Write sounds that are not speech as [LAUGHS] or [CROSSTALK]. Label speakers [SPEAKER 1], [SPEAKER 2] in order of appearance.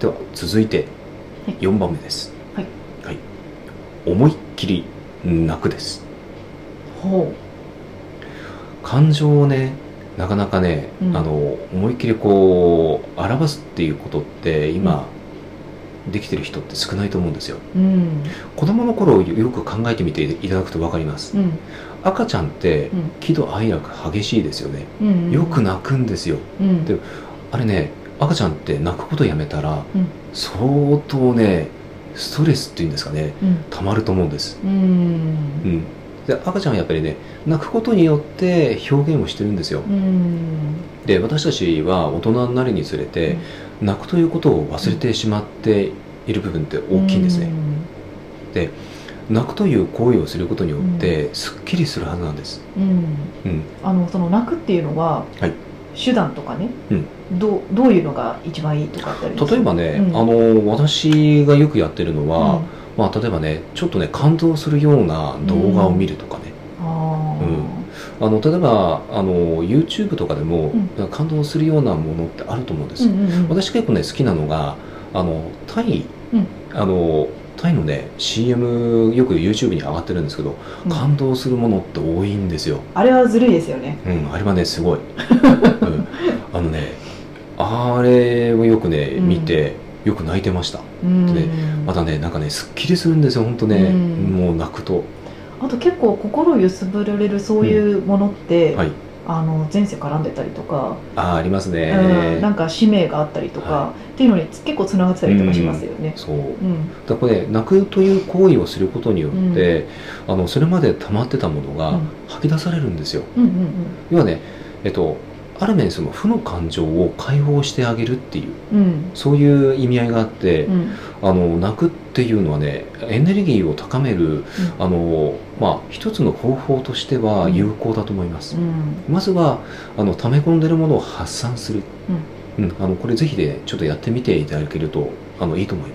[SPEAKER 1] では続いて
[SPEAKER 2] はい
[SPEAKER 1] 4番目です
[SPEAKER 2] はい、
[SPEAKER 1] はい、思いっきり泣くです
[SPEAKER 2] ほ
[SPEAKER 1] 感情をねなかなかね、
[SPEAKER 2] うん
[SPEAKER 1] あの思いっきりこう表すっていうことって今、できてる人って少ないと思うんですよ
[SPEAKER 2] ううん
[SPEAKER 1] 子供の頃をよく考えてみていただくと分かります
[SPEAKER 2] うん
[SPEAKER 1] 赤ちゃんって
[SPEAKER 2] うん
[SPEAKER 1] 喜怒哀楽激しいですよね
[SPEAKER 2] うん
[SPEAKER 1] よく泣くんですよ
[SPEAKER 2] うん
[SPEAKER 1] であれね赤ちゃんって泣くことやめたら、
[SPEAKER 2] うん
[SPEAKER 1] 相当ねストレスっていうんですかね
[SPEAKER 2] うん
[SPEAKER 1] たまると思うんです、
[SPEAKER 2] う
[SPEAKER 1] うんん、で赤ちゃんはやっぱりね泣くことによって表現をしてるんですよ
[SPEAKER 2] うん
[SPEAKER 1] で私たちは大人になるにつれて、泣くということを忘れてしまっている部分って大きいんですね、泣くという行為をすることによってすっきりするはずなんです、
[SPEAKER 2] うんうん
[SPEAKER 1] うん、
[SPEAKER 2] あのその泣くっていうのは、
[SPEAKER 1] はい
[SPEAKER 2] 手段とかね、
[SPEAKER 1] うん
[SPEAKER 2] どうどういうのが一番いいとかってあります
[SPEAKER 1] 例えばね、
[SPEAKER 2] うん
[SPEAKER 1] あの私がよくやってるのは、
[SPEAKER 2] うん
[SPEAKER 1] まあ、例えばねちょっとね感動するような動画を見るとかね、
[SPEAKER 2] あー
[SPEAKER 1] あの例えばあの YouTube とかでも、
[SPEAKER 2] う
[SPEAKER 1] 感動するようなものってあると思うんです、
[SPEAKER 2] うんうんうん
[SPEAKER 1] 私結構ね好きなのがあのタイ、
[SPEAKER 2] うん
[SPEAKER 1] あのタイのね CM よく YouTube に上がってるんですけど、
[SPEAKER 2] うん
[SPEAKER 1] 感動するものって多いんですよ、
[SPEAKER 2] あれはずるいですよね
[SPEAKER 1] うん、あれはねす
[SPEAKER 2] [LAUGHS]
[SPEAKER 1] ごい、うん、あのねあれをよくね
[SPEAKER 2] うん
[SPEAKER 1] 見て、よく泣いてました
[SPEAKER 2] うん
[SPEAKER 1] でまたねなんかねすっきりするんですよ本当ね、
[SPEAKER 2] うん
[SPEAKER 1] もう泣くと
[SPEAKER 2] あと結構心揺すぶられるそういうものって、
[SPEAKER 1] はい
[SPEAKER 2] あの前世絡んでたりとか、
[SPEAKER 1] あーありますね、
[SPEAKER 2] うん、なんか使命があったりとか、
[SPEAKER 1] は
[SPEAKER 2] っていうのに結構つながってたりとかしますよね。
[SPEAKER 1] そう
[SPEAKER 2] うん
[SPEAKER 1] だからこれ泣くという行為をすることによって、あのそれまで溜まってたもの
[SPEAKER 2] う
[SPEAKER 1] が
[SPEAKER 2] ん
[SPEAKER 1] 吐き出されるんですよ、
[SPEAKER 2] うんうん
[SPEAKER 1] 要はね、えっと、ある面その負の感情を解放してあげるっていう
[SPEAKER 2] うん
[SPEAKER 1] そういう意味合いがあって、
[SPEAKER 2] うんうん
[SPEAKER 1] あの泣くっていうのはねエネルギーを高める、
[SPEAKER 2] 嗯
[SPEAKER 1] あのまあ、一つの方法としては有効だと思います、
[SPEAKER 2] うん
[SPEAKER 1] まずはあの溜め込んでるものを発散する、うんあのこれぜひで、ちょっとやってみていただけるとあのいいと思います